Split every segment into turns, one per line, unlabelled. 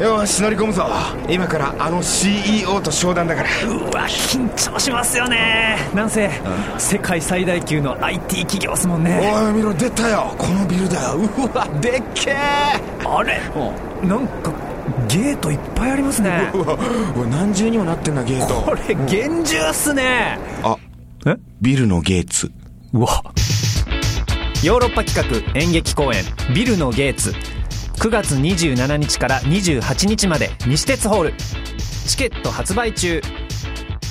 よし乗り込むぞ今からあの CEO と商談だから
うわ緊張しますよねなんせ世界最大級の IT 企業っすもんね
おい見ろ出たよこのビルだようわでっけえ
あれなんかゲートいっぱいありますね
うわうわ何重にもなってんなゲート
これ厳重っすね
あ
え
ビルのゲーツ
うわヨーロッパ企画演劇公演「ビルのゲーツ」9月27日から28日まで西鉄ホールチケット発売中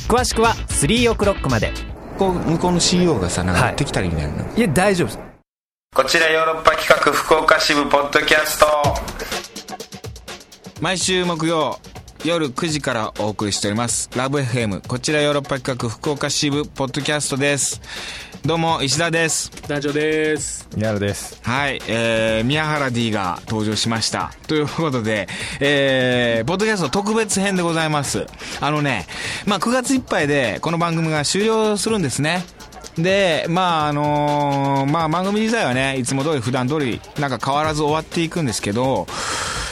詳しくは3オクロックまで
こう向こうの CEO がさなんか
はい
やってきたりみたいな、
いや大丈夫です
こちらヨーロッパ企画福岡支部ポッドキャスト
毎週木曜夜9時からお送りしておりますラブ f m こちらヨーロッパ企画福岡支部ポッドキャストですどうも石田です
団長です
やるです
はい、えー、宮原 D が登場しました。ということで、えー、ポッドキャスト特別編でございます。あのね、まあ、9月いっぱいで、この番組が終了するんですね。で、まあ、あのーまあ、番組自体はね、いつも通り普段通り、なんか変わらず終わっていくんですけど、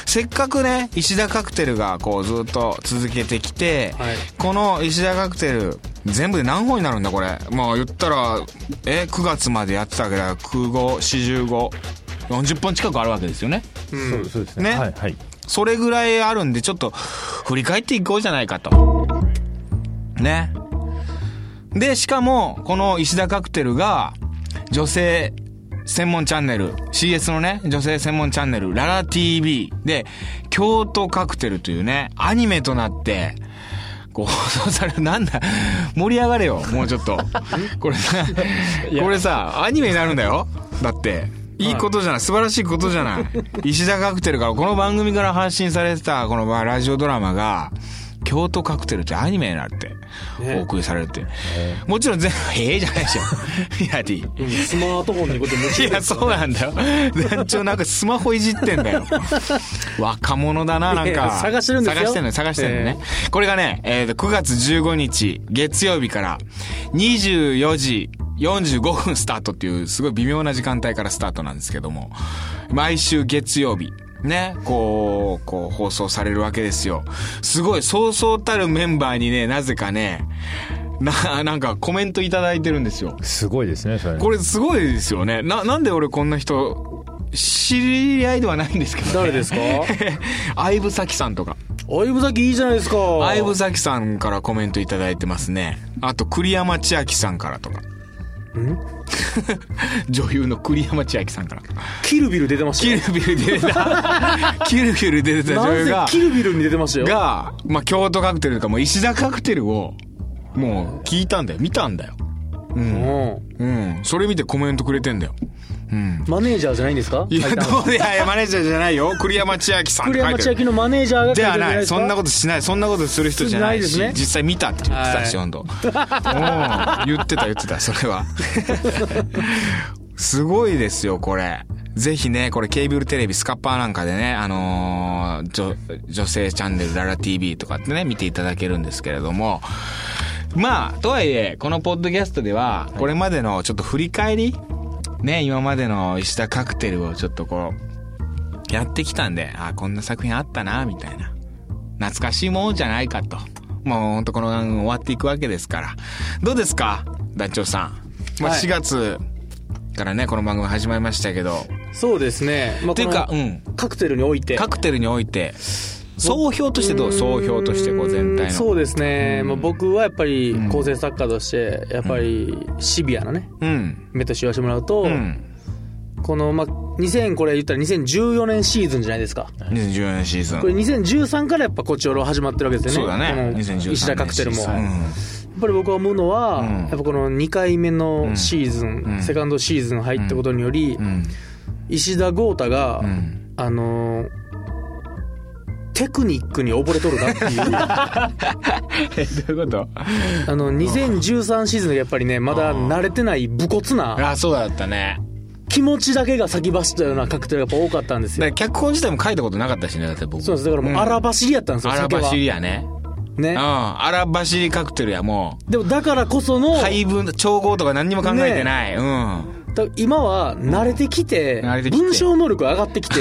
せっかくね、石田カクテルがこうずっと続けてきて、
はい
この石田カクテル、全部で何本になるんだこれ。まあ言ったら、え、9月までやってたわけだから、9、5、4、5、40本近くあるわけですよね。
そうそうです
ね
はいはい
それぐらいあるんで、ちょっと、振り返っていこうじゃないかと。ね。で、しかも、この石田カクテルが、女性専門チャンネル、CS のね、女性専門チャンネル、ララ TV で、京都カクテルというね、アニメとなって、こう放送される、なんだ、盛り上がれよ、もうちょっと。これさ、これさ、アニメになるんだよだって。いいことじゃない、素晴らしいことじゃない。石田カクテルから、この番組から発信されてた、このまあラジオドラマが、京都カクテルってアニメになって、お送りされるって。もちろん全部、ええじゃないでしょ。い や、D。
うんスマートフォンのことも
い
ちろん
や、そうなんだよ。団長なんかスマホいじってん だよ。若者だな、なん
いや
か。
探してるんですよ
探してるの、探してるのね。これがね、えーと、9月15日、月曜日から、24時45分スタートっていう、すごい微妙な時間帯からスタートなんですけども、毎週月曜日、ね、こう、こう、放送されるわけですよ。すごい、そうそうたるメンバーにね、なぜかね、な、なんかコメントいただいてるんですよ。
すごいですねそれ
これすごいですよね。な、なんで俺こんな人、知り合いではないんですけど、ね。
誰ですか
相武咲さんとか。
相武咲いいじゃないですか
相武咲さんからコメントいただいてますね。あと、栗山千明さんからとか。 女優の栗山千明さんから。
キルビル出てました
キ
よ
ルビル出てた。 キルビル出てた女優
な
が
ぜ。キルビルに出てましたよ
が、まあ、京都カクテルとか、もう石田カクテルを、もう聞いたんだよ。見たんだよ。
うん
うん。それ見てコメントくれてんだよ。うん。
マネージャーじゃないんですか
いや、
タイタン
どういやいや、マネージャーじゃないよ。栗山千明さんって書い
栗山
て
千
る。
明のマネージャーが書いて
で
るん
は
じゃ
ないい。
です
そ
か
んなことしない。そんなことする人じゃないし、
ないですね
実際見たって言ってたし、
は
本当。うん言ってた言ってた、それは。 すごいですよ、これ。ぜひね、これケーブルテレビスカッパーなんかでね、あのー女、女性チャンネルララ TV とかってね、見ていただけるんですけれども、まあ、とはいえ、このポッドキャストでは、これまでのちょっと振り返り、ね、今までの石田カクテルをちょっとこう、やってきたんで、あ、こんな作品あったな、みたいな。懐かしいものじゃないかと。もうほんとこの番組終わっていくわけですから。どうですか団長さん。まあ、
はい
4月からね、この番組始まりましたけど。
そうですねまあ
っていうか、
こ
う
の
ん。
カクテルにおいて
カクテルにおいて、総評としてどう総評としてこう全体の。
そうですね、まあ、僕はやっぱり構成作家としてやっぱりシビアなね
うん。
目として言わせてもらうと、
うん。
このまあ2000これ言ったら2014年シーズンじゃないですか
2014年シーズン。
これ2013からやっぱこっちおろ始まってるわけです
そ
よ
うだ
ね
ね。2013
この
年シーズン。
石田カクテルも、
う
やっ
ん
ぱり僕は思うのは、
ん
やっぱこの2回目のシーズン、
ん
セカンドシーズン入ったことにより、
うん。
石田豪太が、
ん
あのーテクニックに溺れとるなっていう あ
え、どういうこと
の2013シーズンでやっぱりねまだ慣れてない武骨な
あ、そうだったね。
気持ちだけが先走ったようなカクテルがやっぱ多かったんです
だか
よ
ら脚本自体も書いたことなかったしね、だって僕。
そうですだからもう荒走りやったんですよ、
荒
酒は
走りやね。う
ね
ん。荒走りカクテルや、もう。
でもだからこその、
配分、調合とか何にも考えてない。うん。
だ今は慣れてきて
慣れてきて
文章能力上がってきて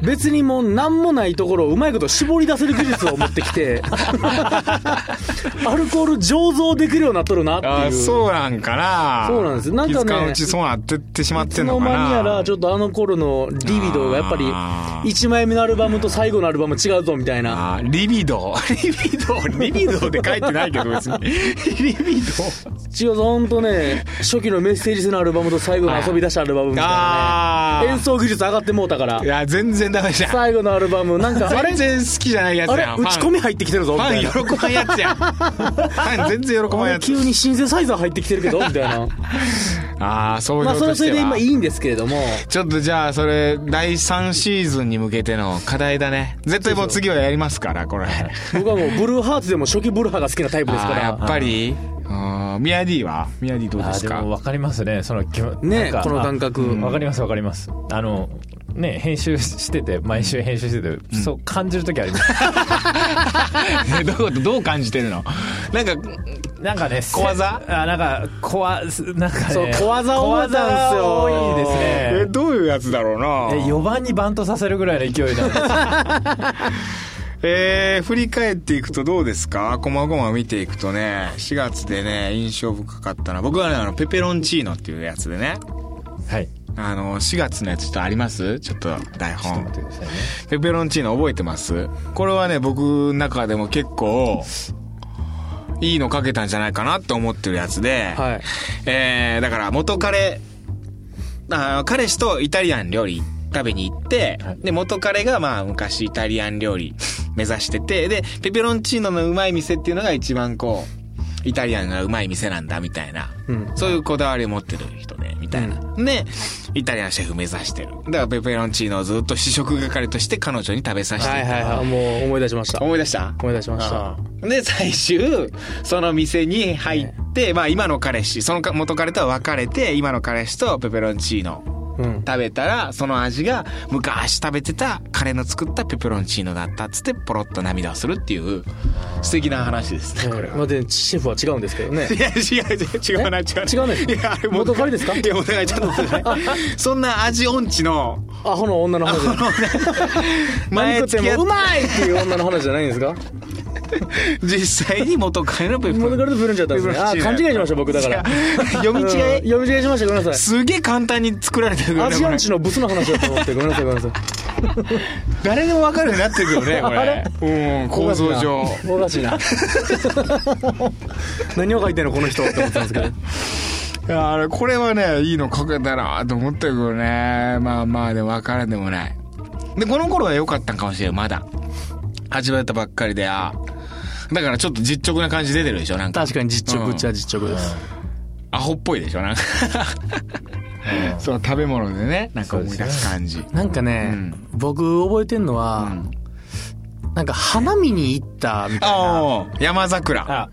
別にもう何もないところをうまいこと絞り出せる技術を持って きてアルコール醸造できるようになっとるなって
あー
いう
そうなんかな
そうなんですよなんかね
気づかんうちそうなってってしまっ
い
て
つ
ん
の
のかな
間にやらちょっとあの頃のリビドーがやっぱり
あー
1枚目のアルバムと最後のアルバム違うぞみたいな
あーリビドーリビドーリビドーって書いてないけど別にリビドー
違うぞほんとね初期のメッセージ性のアルバムと最後の遊び出したアルバムみたいな
あ
ね
あ
演奏技術上がってもうたから
いや全然ダメじゃん
最後のアルバムなんかあれ
全然好きじゃないやつ
あれ
やん
打ち込み入ってきてる
フ
ぞみた
ァ
い
ン
な
ファン喜ばんやつやんファン全然喜ばん
あ
や
れ
つ
急にシンセサイザー入ってきてるけどみたい な
ああそういう
ま
こ
あそれ
と
は
し
それ
て
で今
はい
いんですけれども
ちょっとじゃあそれ第3シーズンに向けての課題だね絶対もう次はやりますからこれ
僕はもうブルーハーツでも初期ブルハが好きなタイプですか
あー
ら
やっぱりうんミヤディはミヤディどう
あ
で
ー
す
で
か
も分かりますねその気持
ね
なんか
この感
あ
覚
うんわかりますわかりますあのね編集してて毎週編集してて、そう感じる時あります
ね どうどう感じてるのなんか
なんかね
小技
せあなんか小技なんかね
そう小技多いんで
小
すよ
技が多いです
え
ね
どういうやつだろう
え
な
4番にバントさせるぐらいの勢いなんです
えー振り返っていくとどうですかこまごま見ていくとね4月でね印象深かったな僕はねあのペペロンチーノっていうやつでね
はい
あの4月のやつちょっとありますちょっと台
ちょっと
本
待ってくださいね
ペペロンチーノ覚えてますこれはね僕の中でも結構いいのかけたんじゃないかなって思ってるやつで、
はい
えー、だから元彼あー彼氏とイタリアン料理食べに行って、
はい
で元彼がまあ昔イタリアン料理目指しててでペペロンチーノのうまい店っていうのが一番こうイタリアンがうまい店なんだみたいな、
うん
そういうこだわりを持ってる人でみたいな、でイタリアンシェフ目指してるだからペペロンチーノをずっと試食係として彼女に食べさせて
はいい
た、
はいはいもう思い出しました
思い出した
思い出しました
で、最終、その店に入って、まあ今の彼氏、そのか元彼とは別れて、今の彼氏とペペロンチーノ
うん
食べたら、その味が昔食べてた彼の作ったペペロンチーノだったっつって、ポロッと涙をするっていう、素敵な話ですね、これは。
まあでシェフは違うんですけど ね
いや、違う、違う、違うな、違う
違う
な。
ね
いや、あれ
元彼ですか
いや、元彼ちょっと待ってください。そんな味音痴 の、
アホの女の話じゃない何食ってもうまいっていう女の話じゃないんですか
実際に元彼のペペロン
元からとブルンちゃったんですねあー勘違いしました僕だから
読み違
うん
い
読み違いしましたごめんなさい
すげえ簡単に作られてるよ
ア
ね
ジ
こ
アン
れ
チのブスの話だと思ってごめんなさいごめんなさい
誰でも分かるようになってるよねこれうん構造上
おかしいな 何を書いてんのこの人って思ってたんですけど
いやあれこれはねいいの書けたなと思ったけどねまあまあでも分からんでもないでこの頃は良かったんかもしれんまだ始まったばっかりであだからちょっと実直な感じ出てるでしょなんか
確かに実
直
直
っ
っ
ち
ち
ゃ
ゃ実直です、
アホっぽいでしょなんかそう食べ物でねなんか思い出す感じ
なんかね、
うん
僕覚えてんのは、なんか花見に行ったみたいな
ああ山桜
あ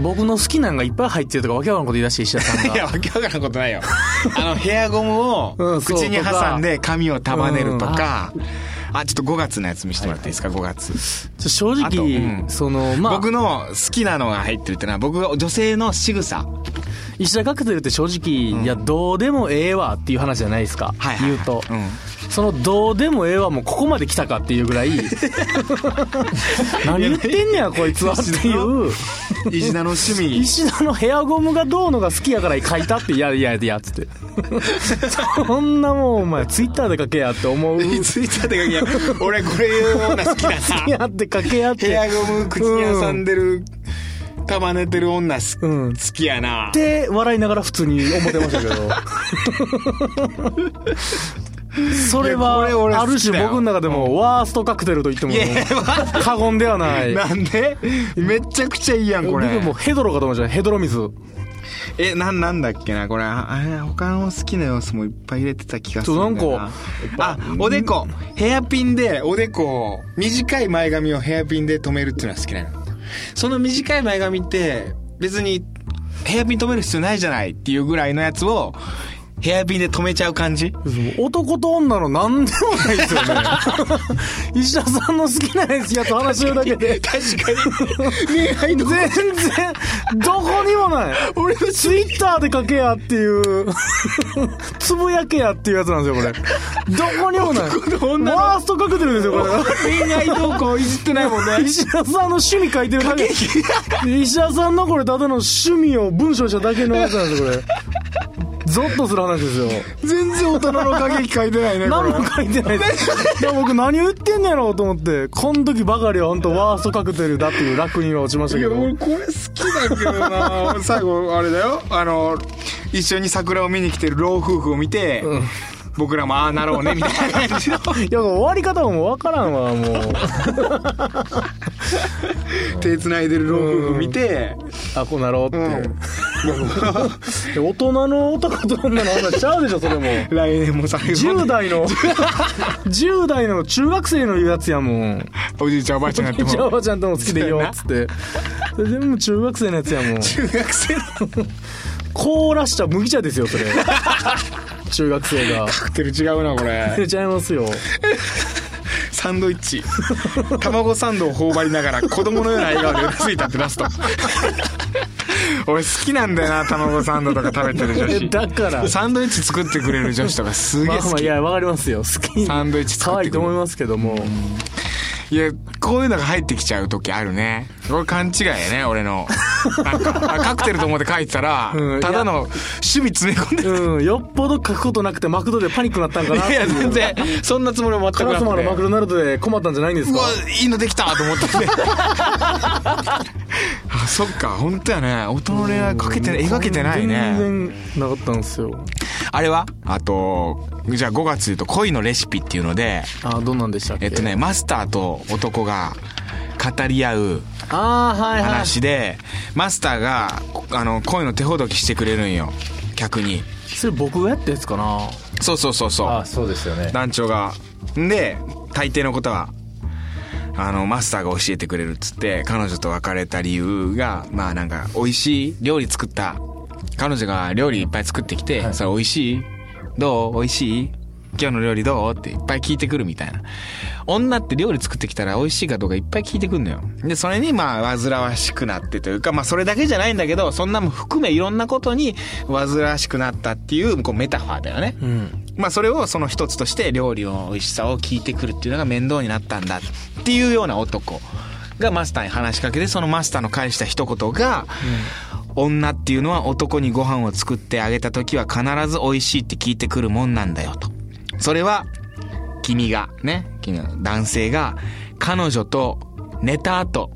僕の好きなんがいっぱい入ってるとかわけわからん こと言い出して石田さん
いや、
が
わけわからんことないよ。あの、ヘアゴム
う
を
んそう
口に
とか
挟んで髪を束ねるとか、あ、ちょっと5月のやつ見せてもらっていいですか、5月。
ちょ正
あと
直、
うん
そのまあ
僕の好きなのが入ってるってのは、僕が女性の仕草。
石田カクテルって正直、いやどうでもええわっていう話じゃないですか、
はいはいはい
言うと、
うん
そのどうでもええわもうここまで来たかっていうぐ らい何言ってんねやこいつはっていう
石田の趣味。
石田のヘアゴムがどうのが好きやから書いたって、いやいやいや、っつ って。そんなもん、お前、ツイッターで書けやって思う。い
ついたって書きや、俺これいうの好きださ。
やって書けやって。
ヘアゴム口に挟んでる、束ねてる女好き
うん
好きやな
っ。て笑いながら普通に思ってま したけど。それはい
やこれ俺、
あ
好
る
き
種
だよ
僕の中でもワーストカクテルと言っても
いやいや
過言ではない。
なんでめちゃくちゃいいやん、こ
僕
れ。
もうヘドロかと思いましたねヘドロ水。
え、なん、なんだっけな、これ、ああれ、他の好きな要素もいっぱい入れてた気がするんだよな。あ、おでこ。ヘアピンで、おでこを、短い前髪をヘアピンで止めるっていうのは好きなの。その短い前髪って、別に、ヘアピン止める必要ないじゃないっていうぐらいのやつを、ヘアピンで止めちゃう感じ
男と女の何でもないですよ ね。石田さんの好きなやつ話してるだけで。確かに。恋愛の全然、どこにもない。俺のツイッターで書けやっていう、つぶやけやっていうやつなんですよ、これ。どこにもない。ワーストカクテルですよ、これ。
恋愛動向いじってないもんね。
石田さんの趣味書いてるだけ。石田さんのこれ、ただの趣味を文章にしただけのやつなんですよ、これ。ゾッとする話ですよ。
全然大人の過激書いてないね。
何も書いてないです。いや僕何言ってんねやろうと思って、この時ばかりは本当ワーストカクテルだっていう楽には落ちましたけど。
これ好きだけどな俺最後、あれだよ。あの、一緒に桜を見に来てる老夫婦を見て、僕らもああなろうね、みたいな感じの
いや、終わり方ももうわからんわ、もう。
手繋いでる老夫婦見て、
あ、こうなろうっていう。いや大人の男と女の話ちゃうでしょ、それも。
来年も最後ま
10
で
代の、10代の中学生のやつやもん。
おじいちゃんおばあちゃんになっ
じ
て
ゃあお
も
ばちゃんとも好きでいいよ、つって。それ全部中学生のやつやもん。
中学生の
凍らした麦茶ですよ、そ れ。中学生が。
カクテル違うなこれ
出ちゃいま すよ。
サンドイッチ卵サンドを頬張りながら子供のような笑顔でうついたって出す と俺好きなんだよな卵サンドとか食べてる女
え
子
だから。
サンドイッチ作ってくれる女子とかすげ
ま
え
あま
好
あ、い
き
や、わかりますよ。好きに。
サンドイッチ
可
作っ
愛
て
い
く
と
れ
思い
る
ますけども。
いやこういうのが入ってきちゃう時あるねこれ勘違いやね俺のなんかあカクテルと思って書いてたら
うん
ただの趣味詰め込んで
うん、よっぽど書くことなくてマクドでパニックになったんかなって
いや
いう。
全然そんなつもりは
カ
全く
ラ
な
スマ
く
の
て
マクドナルドで困ったんじゃないんです
う
か
わいいのできたと思ってね あそっか本当やね大人の恋愛かけて描けてないね
全然なかったんですよ。
あれはあとじゃあ5月で言うと恋のレシピっていうので
あ、どんなんでしたっけ
えっとねマスターと男が語り合う
あー、はいはい。
話でマスターがこあの恋の手ほどきしてくれるんよ客に
それ僕がやったやつかな
そうそうそうそう
あそうですよね
団長がで大抵のことはあのマスターが教えてくれるっつって彼女と別れた理由がまあなんか美味しい料理作った彼女が料理いっぱい作ってきて、それ美味しいどう美味しい今日の料理どうっていっぱい聞いてくるみたいな女って料理作ってきたら美味しいかどうかいっぱい聞いてくんのよでそれにまあ煩わしくなってというかまあそれだけじゃないんだけどそんなも含めいろんなことに煩わしくなったっていうこうメタファーだよね、まあ、それをその一つとして料理の美味しさを聞いてくるっていうのが面倒になったんだっていうような男がマスターに話しかけてそのマスターの返した一言が、女っていうのは男にご飯を作ってあげた時は必ず美味しいって聞いてくるもんなんだよとそれは君がね君が男性が彼女と寝た後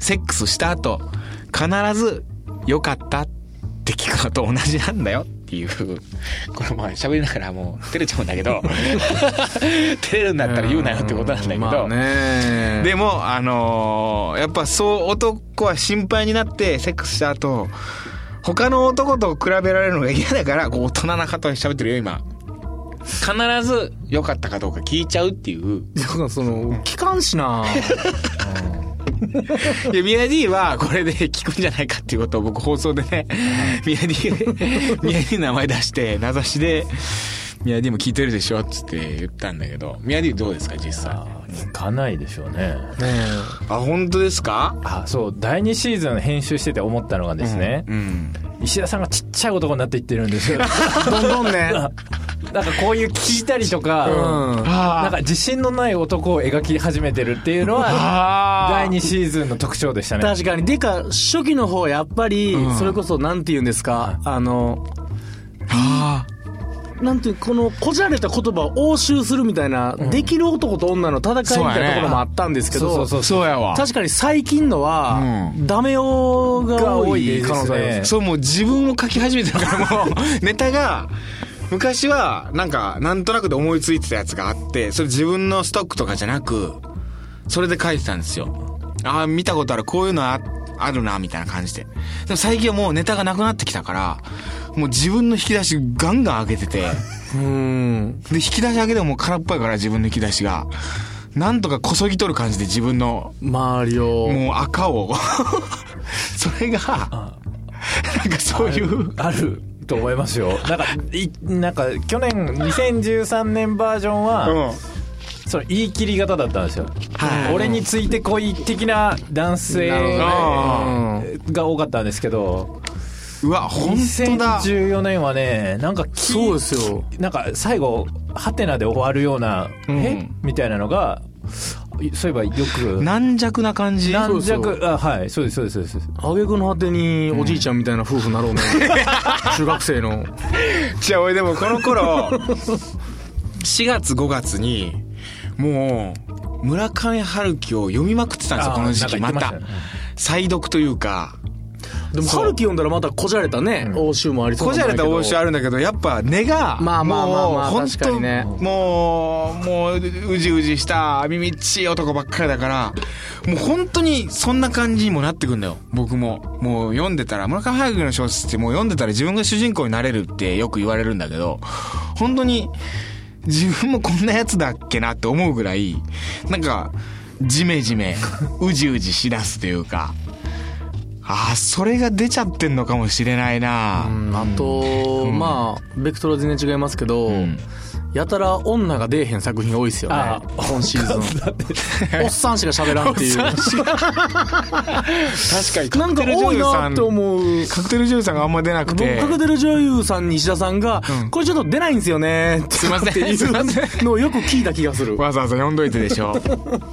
セックスした後必ず「良かった」って聞くのと同じなんだよっていうこれまあ喋りながらもう照れちゃうんだけ ど照れるんだったら言うなよってことなんだけど、
まあね
でも、あのーやっぱそう、男は心配になって、セックスした後、他の男と比べられるのが嫌だから、こう、大人な方に喋ってるよ、今。必ず、良かったかどうか聞いちゃうって いう。
だからその、聞かんしな
で、ミヤディは、これで聞くんじゃないかっていうことを僕放送でね、ミヤディ、 ミヤディの名前出して、名指しで、ミヤディも聞いてるでしょっつって言ったんだけど、ミヤディどうですか、実際。あ、
あ聞かないでしょうね
本当ですか
あそう第2シーズン編集してて思ったのがですね、
うん。
石田さんがちっちゃい男になっていってるんですよ
どんどん ね。
なんかこういう聞いたりとか、
うん。
なんか自信のない男を描き始めてるっていうのは第2シーズンの特徴でしたね
確かに。でか、初期の方、やっぱり、それこそ、なんて言うんですか、あの、なんていう、この、こじゃれた言葉を応酬するみたいな、できる男と女の戦いみたいなところもあったんですけど、
そうそう
そうやわ。
確かに最近のは、
う
ダメ男が多い可能性あります。
そう、もう自分を書き始めてるから、もう、ネタが、昔は、なんか、なんとなくで思いついてたやつがあって、それ自分のストックとかじゃなく、それで書いてたんですよ。ああ、見たことある、こういうのああるな、みたいな感じで。でも最近はもうネタがなくなってきたから、もう自分の引き出しガンガン上げてて、
うん。
で、引き出し上げでももう空っぽやから、自分の引き出しが。なんとかこそぎ取る感じで自分の
周りを。
もう 赤を。それが、なんかそういう、
あると思いますよなんかいなんか去年2013年バージョンは、その言い切り方だったんですよ、俺についてこい的な男性が多かったんですけど
うわ、ほんとだ。
2014年はねなんか
そう
き
ですよ。
なんか最後ハテナで終わるような、えみたいなのがいそういえばよく
軟弱な感じ。
軟
そうそう
弱あはいそうですそうですそうです
挙句の果てにおじいちゃんみたいな夫婦になろうね。中学生の。
じゃあ俺でもこの 頃、4月5月に、もう、村上春樹を読みまくってたんですよ、
あー
この時期。ま
なんか言ったてましたね。
再読というか。
でも、春樹読んだらまたこじゃれたね、応酬もありそう
こじゃれた応酬あるんだけど、やっぱ根が、
まあまあまあまあ
もう
確かにね
本当もう、もう、うじうじした、耳っちい男ばっかりだから、もう本当にそんな感じにもなってくんだよ、僕も。もう読んでたら、村上春樹の小説ってもう読んでたら自分が主人公になれるってよく言われるんだけど、本当に、自分もこんなやつだっけなって思うぐらい、なんか、じめじめ、うじうじしだすというか、ああ、それが出ちゃってんのかもしれないな
あと、まあ、ベクトルは全然違いますけど、やたら女が出えへん作品多いですよね
あ。
今シーズン。おっさんしか喋らんっていう。
確かに
なんか多いなって思う。
カクテル女優さんがあんま出なくて
カクテル女優さんに石田さんが、これちょっと出ないんですよねって
すいません
ってい
すいませ
うのをよく聞いた気がする。
わざわざ呼んどいてでし ょ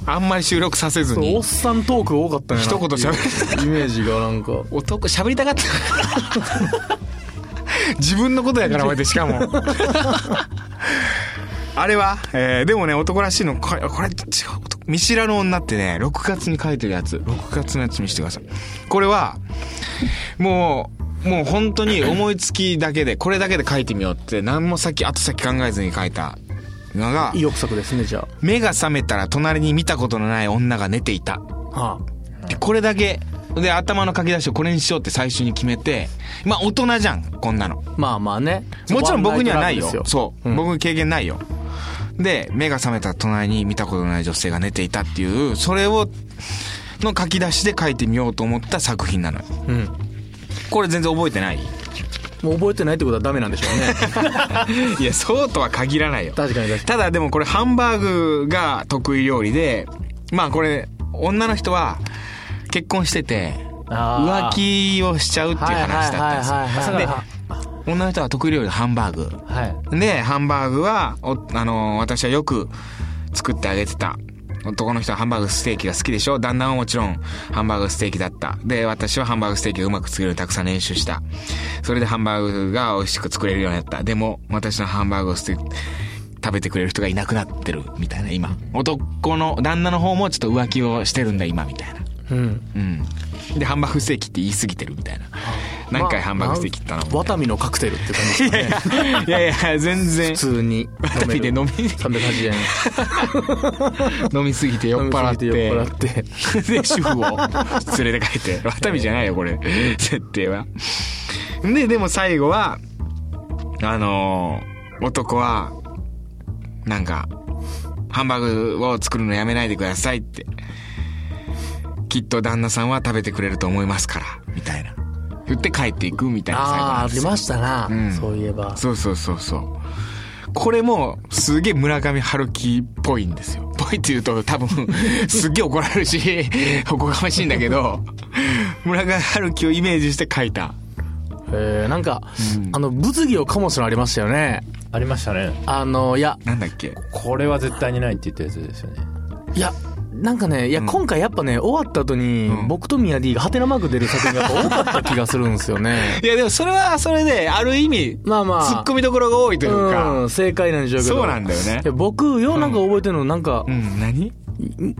あんまり収録させず
お
に
っさんトーク多かったんやな
一言喋る
るイメージがなんか。
男喋りたかった 自分のことやからお前でしか もあれは、えーでもね男らしいのこれこれ違う男見知らぬ女ってね6月に書いてるやつ6月のやつ見せてくださいこれはもうもう本当に思いつきだけでこれだけで書いてみようって何も先後先考えずに書いたのが
意欲作ですね、じゃ
目が覚めたら隣に見たことのない女が寝ていた。
あ。は
でこれだけ。で、頭の書き出しをこれにしようって最初に決めて、まあ大人じゃん、こんなの。
あ、まあまあね。
もちろん僕にはないよ
ワンナイトラブ。です
そう。僕の経験ないよ。で、目が覚めたら隣に見たことのない女性が寝ていたっていう、それを、の書き出しで書いてみようと思った作品なのよ。
うん。
これ全然覚えて ない
もう覚えてないってことはダメなんでしょうね。
いや、そうとは限らないよ。
確かに確かに。
ただでもこれハンバーグが得意料理で、まあこれ、女の人は結婚してて、浮
あー
気をしちゃうっていう話だったんですよ。
はい
はいはいはい
は
女の人は得意料理でハンバーグ。
はい
で、ハンバーグは、おあのー私はよく作ってあげてた。男の人はハンバーグステーキが好きでしょ旦那はもちろんハンバーグステーキだった。で、私はハンバーグステーキがうまく作れるようにたくさん練習した。それでハンバーグが美味しく作れるようになった。でも、私のハンバーグをステーキ、食べてくれる人がいなくなってる、みたいな、今。男の、旦那の方もちょっと浮気をしてるんだ、今、みたいな。うん。で、ハンバーグステーキって言い過ぎてる、みたいな。何回ハンバーグステーキ行ったのみたいな
ワタミのカクテルって感じですね。
いやいや、全然
普。通に。
ワタミで飲み、
380円。
飲みすぎて酔っ払って。
飲みすぎて酔っ払って。
で、主婦を連れて帰 って。ワタミじゃないよ、これ。設定は。で、でも最後は、あのー男は、なんか、ハンバーグを作るのやめないでくださいって。きっと旦那さんは食べてくれると思いますから、みたいな。言って帰っていくみたいな最後
ああ、
なん
あ
です
り
よ
ましたな。
ん
そういえば。
そうそうそうそう。これも、すげえ村上春樹っぽいんですよ。ぽいって言うと多分、すっげえ怒られるし、 おこがましいんだけど、村上春樹をイメージして書いた。
えー、なんか、あの、物議を醸すのありましたよね。
ありましたね
あの、いや、
なんだっけ。
これは絶対にないって言ったやつですよね
いや、なんかね、いや、今回やっぱね、終わった後に、僕とミヤディがハテナマーク出る作品がやっぱ多かった気がするんですよね
いやでもそれはそれで、ある意味、
まあまあ。
突っ込みどころが多いという
う
か
ん、、正解なんでしょうけど。
そうなんだよね
いや僕、ようなんか覚えてるの、なんか
う、ん、何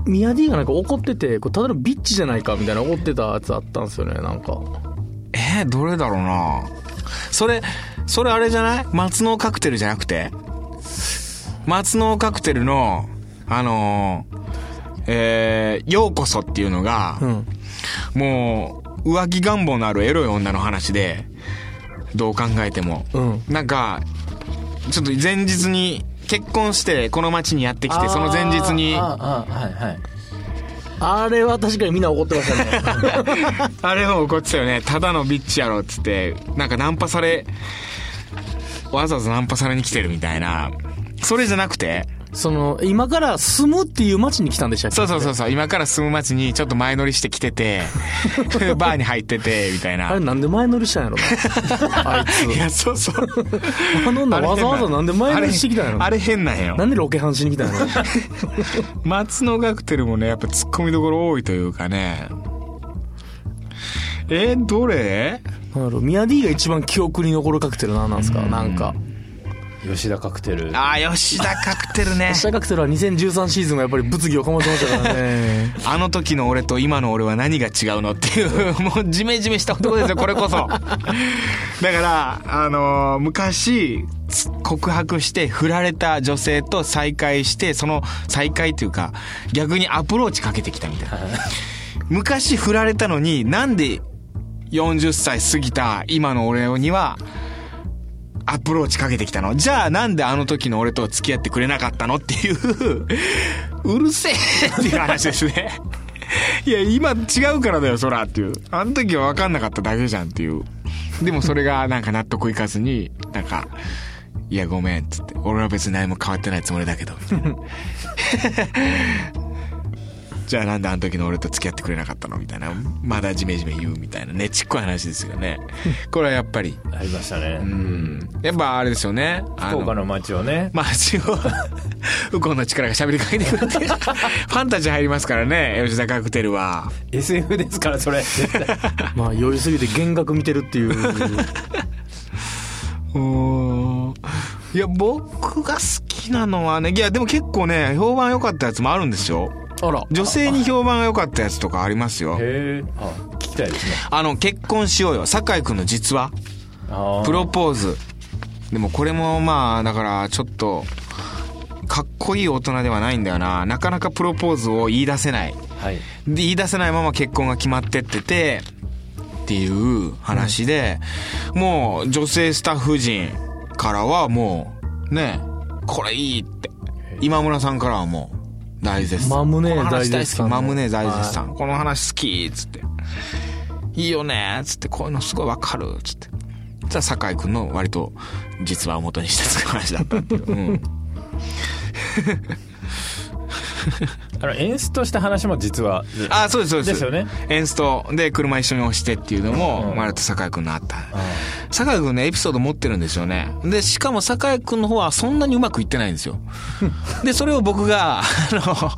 ミヤディがなんか怒ってて、これただのビッチじゃないかみたいな怒ってたやつあったんですよね、なんか。
えー、どれだろうなそれ、それあれじゃない松のカクテルじゃなくて松のカクテルの、あのーえー、ようこそっていうのが、
ん
もう、浮気願望のあるエロい女の話で、どう考えても。
うん
なんか、ちょっと前日に、結婚して、この街にやってきて、その前日に、
ああはいはい
あれは確かにみんな怒ってましたね
あれも怒ってたよねただのビッチやろっつってなんかナンパされわざわざナンパされに来てるみたいなそれじゃなくて
その今から住むっていう街に来たんでしたっけ
そうそうそううそう今から住む町にちょっと前乗りして来てて バーに入っててみたいな
あれなんで前乗りしたんや ろなあい
い
つ
やそうそう
あの女 わざわざなんで前乗りしてきたんやろ
あれ変なんよ
なんでロケハンしに来たんやろ
松野カクテルもねやっぱツッコミどころ多いというかねえどれ
なんやろミヤディが一番記憶に残るカクテルなんなんですかなんか
吉田カクテル
あー吉田カクテル ね
明日カクテルは2013シーズンがやっぱり物議を醸しましたから ね
あの時の俺と今の俺は何が違うのっていう もうジメジメした男ですよこれこそだからあのー昔つ告白して振られた女性と再会してその再会というか逆にアプローチかけてきたみたいな昔振られたのになんで40歳過ぎた今の俺にはアプローチかけてきたのじゃあなんであの時の俺と付き合ってくれなかったのっていううるせえっていう話ですねいや今違うからだよそらっていうあの時は分かんなかっただけじゃんっていうでもそれがなんか納得いかずになんか「いやごめん」っつって「俺は別に何も変わってないつもりだけど」 みたいなじゃあなんであの時の俺と付き合ってくれなかったのみたいなまだジメジメ言うみたいなねちっこい話ですよねこれはやっぱり
ありましたね、
うんやっぱあれですよね。あ
福岡
の。
の街をね
まあ、一応、右近の力が喋りかけてくれて、 ファンタジー入りますからね、吉田カクテルは。
SF ですから それ
まあ酔いすぎて幻覚見てるっていう
うーんいや、僕が好きなのはね、いや、でも結構ね、評判良かったやつもあるんですよ。
あら
女性に評判が良かったやつとかありますよ。
へえあ聞きたいですね
あの、結婚しようよ。酒井くんの実話。
あー
プロポーズ。でもこれもまあ、だからちょっと、かっこいい大人ではないんだよな。なかなかプロポーズを言い出せない。
はい
で言い出せないまま結婚が決まってっててっていう話で、もう女性スタッフ陣からはもうねこれいいって今村さんからはもう大絶賛
マムネー
この話
大絶賛
大好きマムネー大絶賛この話好きっつっていいよねっつってこういうのすごいわかるっつってじゃあ酒井君の割と実話を元にした作り話だったっていう、うん、
あの演出とした話も実は
あそうですそうです
ですよね
エンストで車一緒に押してっていうのも、
うん
マルと酒井君のあった酒井君ねエピソード持ってるんですよねでしかも酒井君の方はそんなにうまくいってないんです よでそれを僕があの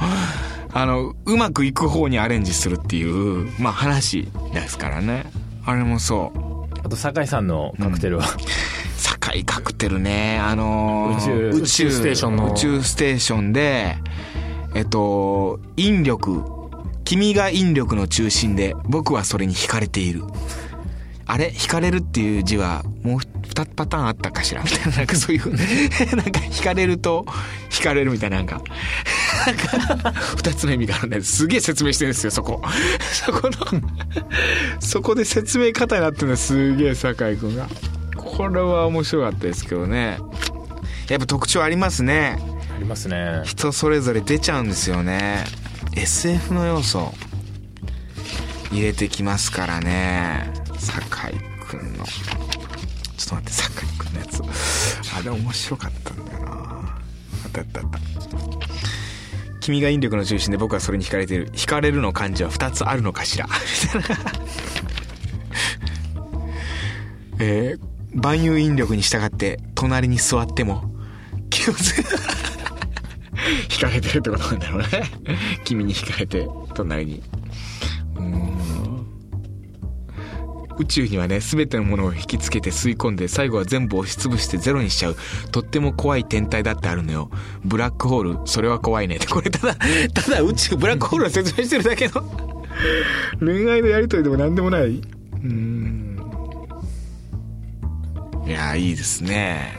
あのうまくいく方にアレンジするっていうまあ話ですからねあれもそう
あと酒井さんのカクテルは、
酒井カクテルねあの
宇宙
宇宙
宇宙ステーションの
宇宙ステーションでえっと引力君が引力の中心で僕はそれに惹かれているあれ惹かれるっていう字はもう2パターンあったかしらみたいななんかそういう なんか惹かれると惹かれるみたいななんか2つの意味があるんですすげえ説明してるんですよそこそこのそこで説明方になってるのすげえ酒井君がこれは面白かったですけどねやっぱ特徴ありますね
ありますね
人それぞれ出ちゃうんですよね SF の要素入れてきますからね酒井君のちょっと待って酒井君のやつあれ面白かったんだよなあったあったあった君が引力の中心で僕はそれに惹かれている惹かれるの漢字は2つあるのかしらみたいなえー万有引力に従って隣に座っても気をつけ惹かれてるってことなんだろうね君に惹かれて隣にうーん宇宙にはね全てのものを引きつけて吸い込んで最後は全部押しつぶしてゼロにしちゃうとっても怖い天体だってあるのよブラックホールそれは怖いねってこれただ ただ宇宙ブラックホールを説明してるだけの 恋愛のやりとりでも何でもないうーんいやーいいですね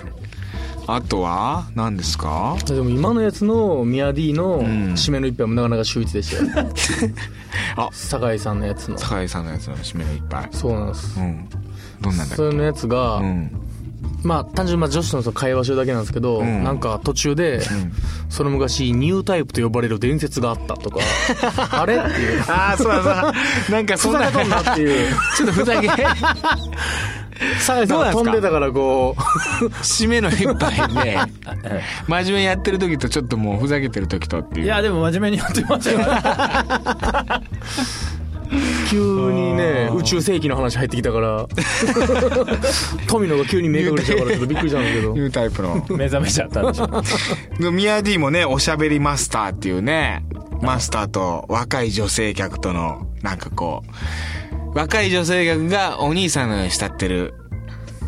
あとは何ですか
でも今のやつのミヤディの
ん
締めの一杯もなかなか秀逸でしたよ
あ
酒井さんのやつの
酒井さんのやつの締めがいっぱい
そうなんです
うんどんなんだっ
それのやつが、
けうん
まあ単純にまあ女子とのその会話してるだけなんですけど、なんか途中で、その昔ニュータイプと呼ばれる伝説があったと かあれっていう
ああ、そうだそうだ。 なんかそんな、ちょ
飛んだっていう
っとふ ざけ、
酒井さん
ど
が
う
飛
なんんですか
でたからこ
締めの一杯で、 真面目にやってる時とちょっともうふざけてる時とっていう。
いや、でも真面目にやってま したよ。
う 急にね宇宙世紀の話入ってきたから 富野が急に目隠れしたからちょっとびっくりしたんですけど
ニュータイプの。
目覚めちゃったんでしょ。
でミヤディもね、おしゃべりマスターっていうね、マスターと若い女性客との、なんかこう、若い女性客がお兄さんのように慕ってる、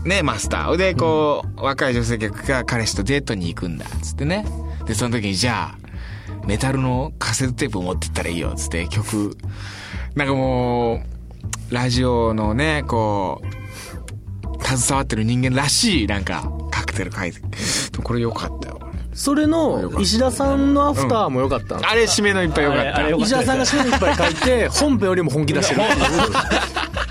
ね、マスター。で、こう、若い女性客が彼氏とデートに行くんだ、つってね。で、その時に、じゃあ、メタルのカセットテープを持ってったらいいよ、つって曲。なんかもう、ラジオのね、こう、携わってる人間らしい、なんか、カクテル書いて。でもこれ良かったよ、これ
それの石田さんのアフターも良かったんです
あれ締めのいっぱいよかっ
あれ
た。
石田さんが締めいっぱい書いて本編よりも本気出してる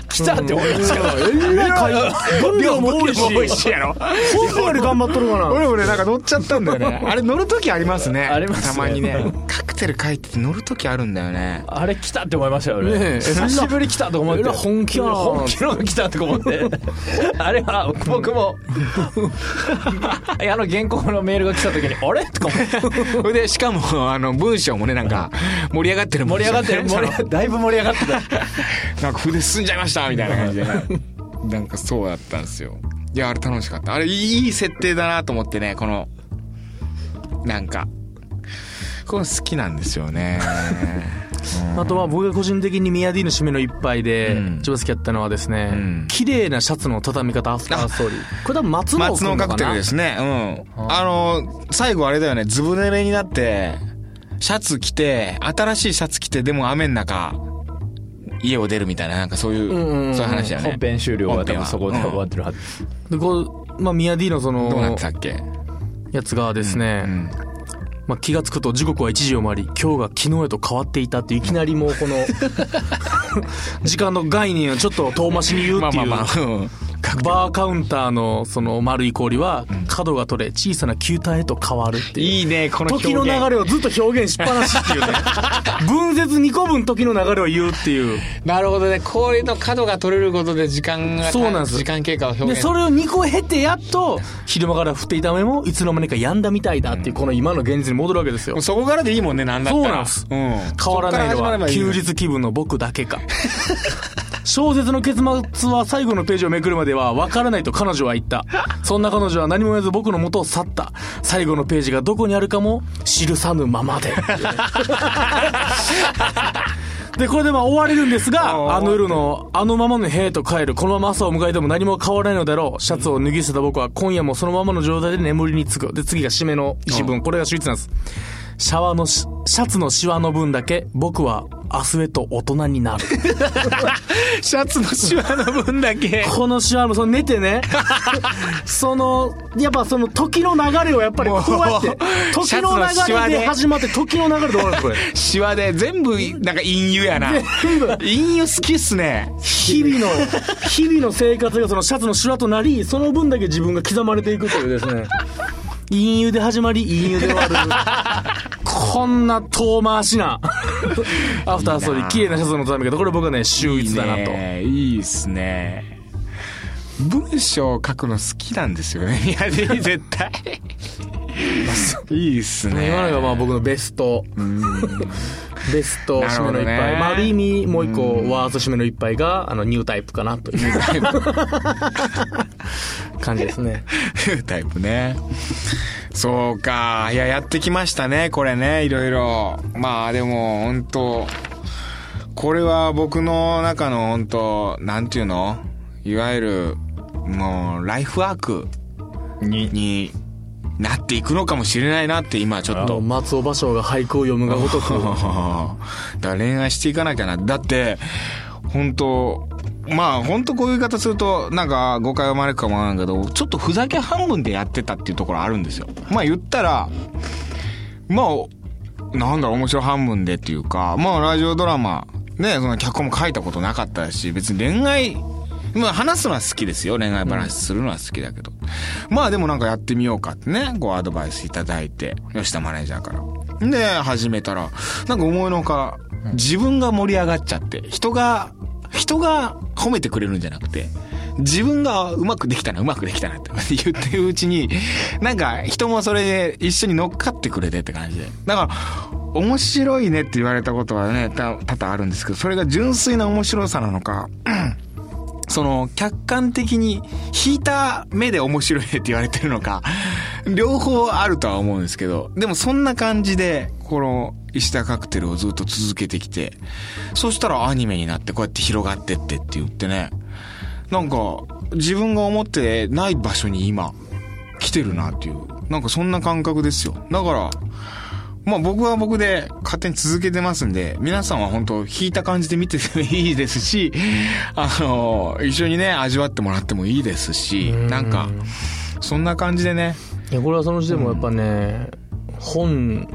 来たって思いましたから。
えらい書いて分量も多いし
美味しいやろ。
本編より頑張っとるかな
俺俺なんか乗っちゃったんだよね。 あれ乗る時ありますね。
ありますね
たま にね。カクテル書いてて乗る時あるんだよね。
あれ来たって思いましたよね。
ねえ
久しぶり来たと思って。
えら本気やな
本気の来たと思 って。あれは僕も、いやあの原稿のメールが来た時に、あれとか思って
それで、しかも、あ の、文章もね、なん か、盛り上がってる
盛
文
り上
章
が
ね
ってる、盛り上がだいぶ盛り上がって た。
なんか筆進んじゃいましたみたいな感じで ね。なんかそうだったんですよ。いや、あれ楽しかった。あれいい設定だなと思ってね、この、なんか、この好きなんですよね。
あとは僕が個人的にミヤディの締めの一杯で
うん
一番好きだったのはですね、
うん
綺麗なシャツの畳み方アフターストーリー。これ多分松野
松
君の
の
か
カ
な
クテルですね。うん。あの、最後あれだよね、ずぶ濡れになって、シャツ着て、新しいシャツ着て、でも雨の中、家を出るみたいな、なんかそういう、
んうんうん
そういう話だよね。
本編終了は多分そこで
本
終
編
わ
は
ってるはず。
でこう、まあミヤディのそ
うんどうなっ
の
て、たっけ
やつがですね、
うん
まあ気がつくと時刻は1時を回り、今日が昨日へと変わっていたっていう、いきなりも うこの、時間の概念をちょっと遠回しに言う
ま
っ
あま
てい
あ
う。
まあ、うん。
バーカウンターのその丸い氷は角が取れ小さな球体へと変わるっていう。
いいね、この表
時
現。
の流れをずっと表現しっぱな しっていうね。文節2個分時の流れを言うっていう。
なるほどね。氷の角が取れることで時間が、
そうなんです
時間経過を表
で、
現
それを2個経てやっと、昼間から降っていた雨もいつの間にか止んだみたいだっていう、この今の現実に戻るわけですよ
もう。そこからでいいもんね、なんだったら。
そうなんです
うん。
変わらないの
そっから始まれば
は、
いい
休日気分の僕だけか。 小説の結末は最後のページをめくるまでは分からないと彼女は言った。そんな彼女は何も言わず僕の元を去った。最後のページがどこにあるかも記さぬままで。で、これでまあ終われるんで すが、あの夜のあのままの兵と帰る、このまま朝を迎えても何も変わらないのだろう。シャツを脱ぎ捨てた僕は今夜もそのままの状態で眠りにつく。で、次が締めの一文。これが秀逸なんです。シャワーのし、シャツのシワの分だけ、僕は明日へと大人になる。
シャツのシワの分だ け。
このシワも、その寝て ね、その、やっぱその時の流れをやっぱりこうやって
もう、シャ
時
ツ
の
のシワ
流
で
れで始まって時の流れで終わるん ですこれ。
シワで全部、なんか陰湯やな。陰湯好きっすね。
日々の、日々の生活がそのシャツのシワとなり、その分だけ自分が刻まれていくというですね。陰湯で始まり、陰湯で終わる。こんな遠回しな、 アフターストーリー、綺麗なシャツのためけど、これ僕はね、秀逸だなと。
ねいいっすね。文章を書くの好きなんですよね。 いや、で絶 対。いいっすね。
今のがまあ僕のベスト、ベスト締めの一
なるほど
杯、
ね
まあ、ある意味もう一個ワースト締めの一杯があのニュータイプかなという 感じですね
タイプね。そうか。いや、やってきましたね、これね、いろいろ。まあ、でも、本当これは僕の中の本当なんていうのいわゆる、もう、ライフワークに、になっていくのかもしれないなって、今ちょっ
も
と
う。松尾芭蕉が俳句を読むがごと く
だから恋愛していかなきゃな。だって、本当まあ本当こういう言い方するとなんか誤解を招くかもなんだけど、ちょっとふざけ半分でやってたっていうところあるんですよ。まあ言ったら、まあ、なんだろう、面白半分でっていうか、まあラジオドラマ、ね、その脚本も書いたことなかったし、別に恋愛まあ話すのは好きですよ。恋愛話するのは好きだけど。まあでもなんかやってみようかってね、ごアドバイスいただいて、吉田マネージャーから。で、始めたら、なんか思いのほか、自分が盛り上がっちゃって、人が、人が褒めてくれるんじゃなくて、自分がうまくできたな、うまくできたなって言ってるうちに、なんか人もそれで一緒に乗っかってくれてって感じで。だから、面白いねって言われたことはね、た多々あるんですけど、それが純粋な面白さなのか、その、客観的に引いた目で面白いねって言われてるのか、 両方あるとは思うんですけど、でもそんな感じで、この、石田カクテルをずっと続けてきて、そしたらアニメになってこうやって広がってってって言ってね、なんか、自分が思ってない場所に今、来てるなっていう、なんかそんな感覚ですよ。だから、まあ僕は僕で勝手に続けてますんで、皆さんは本当引いた感じで見ててもいいですし、あの、一緒にね、味わってもらってもいいですし、なんか、そんな感じでね、
いやこれはその時点もやっぱね、本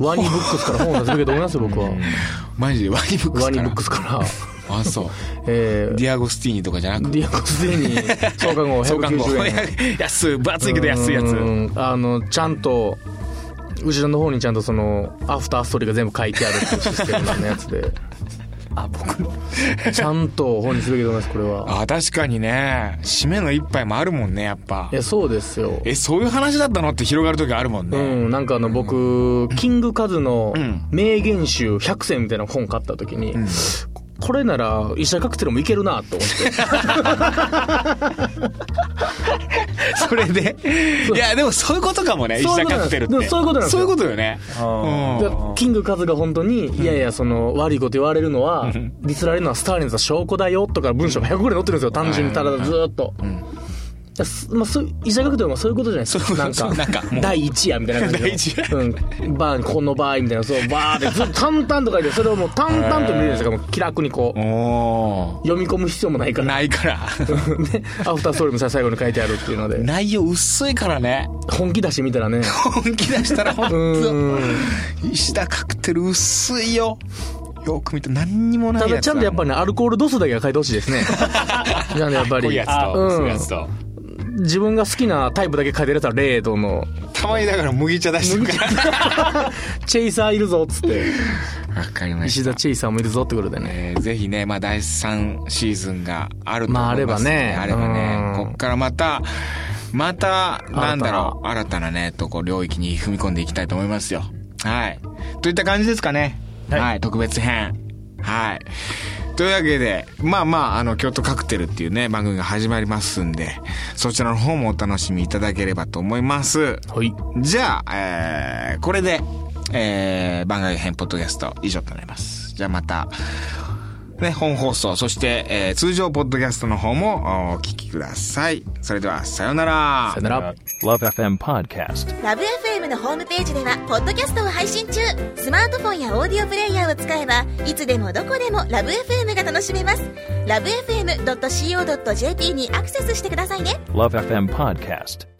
ワニブックスから本を出すべきだと思いますよ僕は
マジでワニブックスか
ワニ
ら。
ブックスから
あ、そう。
えー
ディアゴスティーニとかじゃなく
ディアコスデに 創刊号
そうかも
190円。
安い、分厚いけど安いやつ。
うんあのちゃんと後ろの方にちゃんとそのアフターストーリーが全部書いてあるっていうシステムのやつで
あ、僕の。
ちゃんと本にすべきだと思いますこれは
あ、確かにね、締めの一杯もあるもんね、やっぱ
い。やそうですよ
え、そういう話だったのって広がる時あるもん
う
ね。
ん、なんかあの僕、キングカズの
ん
名言集100選みたいな本買った時に、ここれなら医者カクテルもいけるなと思って
それで。いや、でもそういうことかもね、医
そう
者
いうこと
カクテルっ
でも
て。
そういうことなんです
そう
よ
いうことよね。うん
でキングカズが本当に、いやいや、その、悪いこと言われるのは、ディスられるのはスターリンズの証拠だよ、とか文章が100ぐらい載ってるんですよ、単純にただずーっと。だすまあ、そう医者学でもそういうことじゃないです
そう
か。なん
そう
か、
なんかもう
第一夜みたいな感じで。
第一夜
うん。バーにこの場合みたいな、そう、バーってずっと淡々と書いて、それをもう淡々と見れるんですよ、もう気楽にこう、
お
読み込む必要もないか
ー
ら。
ないから。
で、アフターストーリーもさ、最後に書いてあるっていうので、
内容薄いからね。
本気出してみたらね、
本気出したら本
う
当
ーん。
石田カクテル薄いよ。よく見て何にもない
た
やつ。
だちゃんとやっぱりね、アルコール度数だけは書いてほしいで すね。なんでやっぱ
濃い
り
や、つと、
うん
薄いやつと。
自分が好きなタイプだけ書いてるやつは0度の、
たまにだから麦茶出してるから。
チェイサーいるぞっつって、
わかりま
石田チェイサーもいるぞってことでね。
えーぜひね、まあ、第3シーズンがあると
まあ
思います、
あ
あ
れ
れ
ば
ば
ね
ね。
うん
こっからまた、また、なんだろう、新たなね、とこ、領域に踏み込んでいきたいと思いますよ。はい。といった感じですかね。はい、特別編。はい。というわけで、まあまあ、あの、京都カクテルっていうね、番組が始まりますんで、そちらの方もお楽しみいただければと思います。
はい。
じゃあ、えー、これで、えー、番外編ポッドキャスト以上となります。じゃあまた、ね、本放送、そして、えー、通常ポッドキャストの方もおお聞きください。それでは、さようなら
さよ。なら。
Love FM Podcast.
ラブ f m のホームページではポッドキャストを配信中スマートフォンやオーディオプレイヤーを使えばいつでもどこでもラブ f m が楽しめますラブ FM.co.jp にアクセスしてくださいね
Love FM Podcast.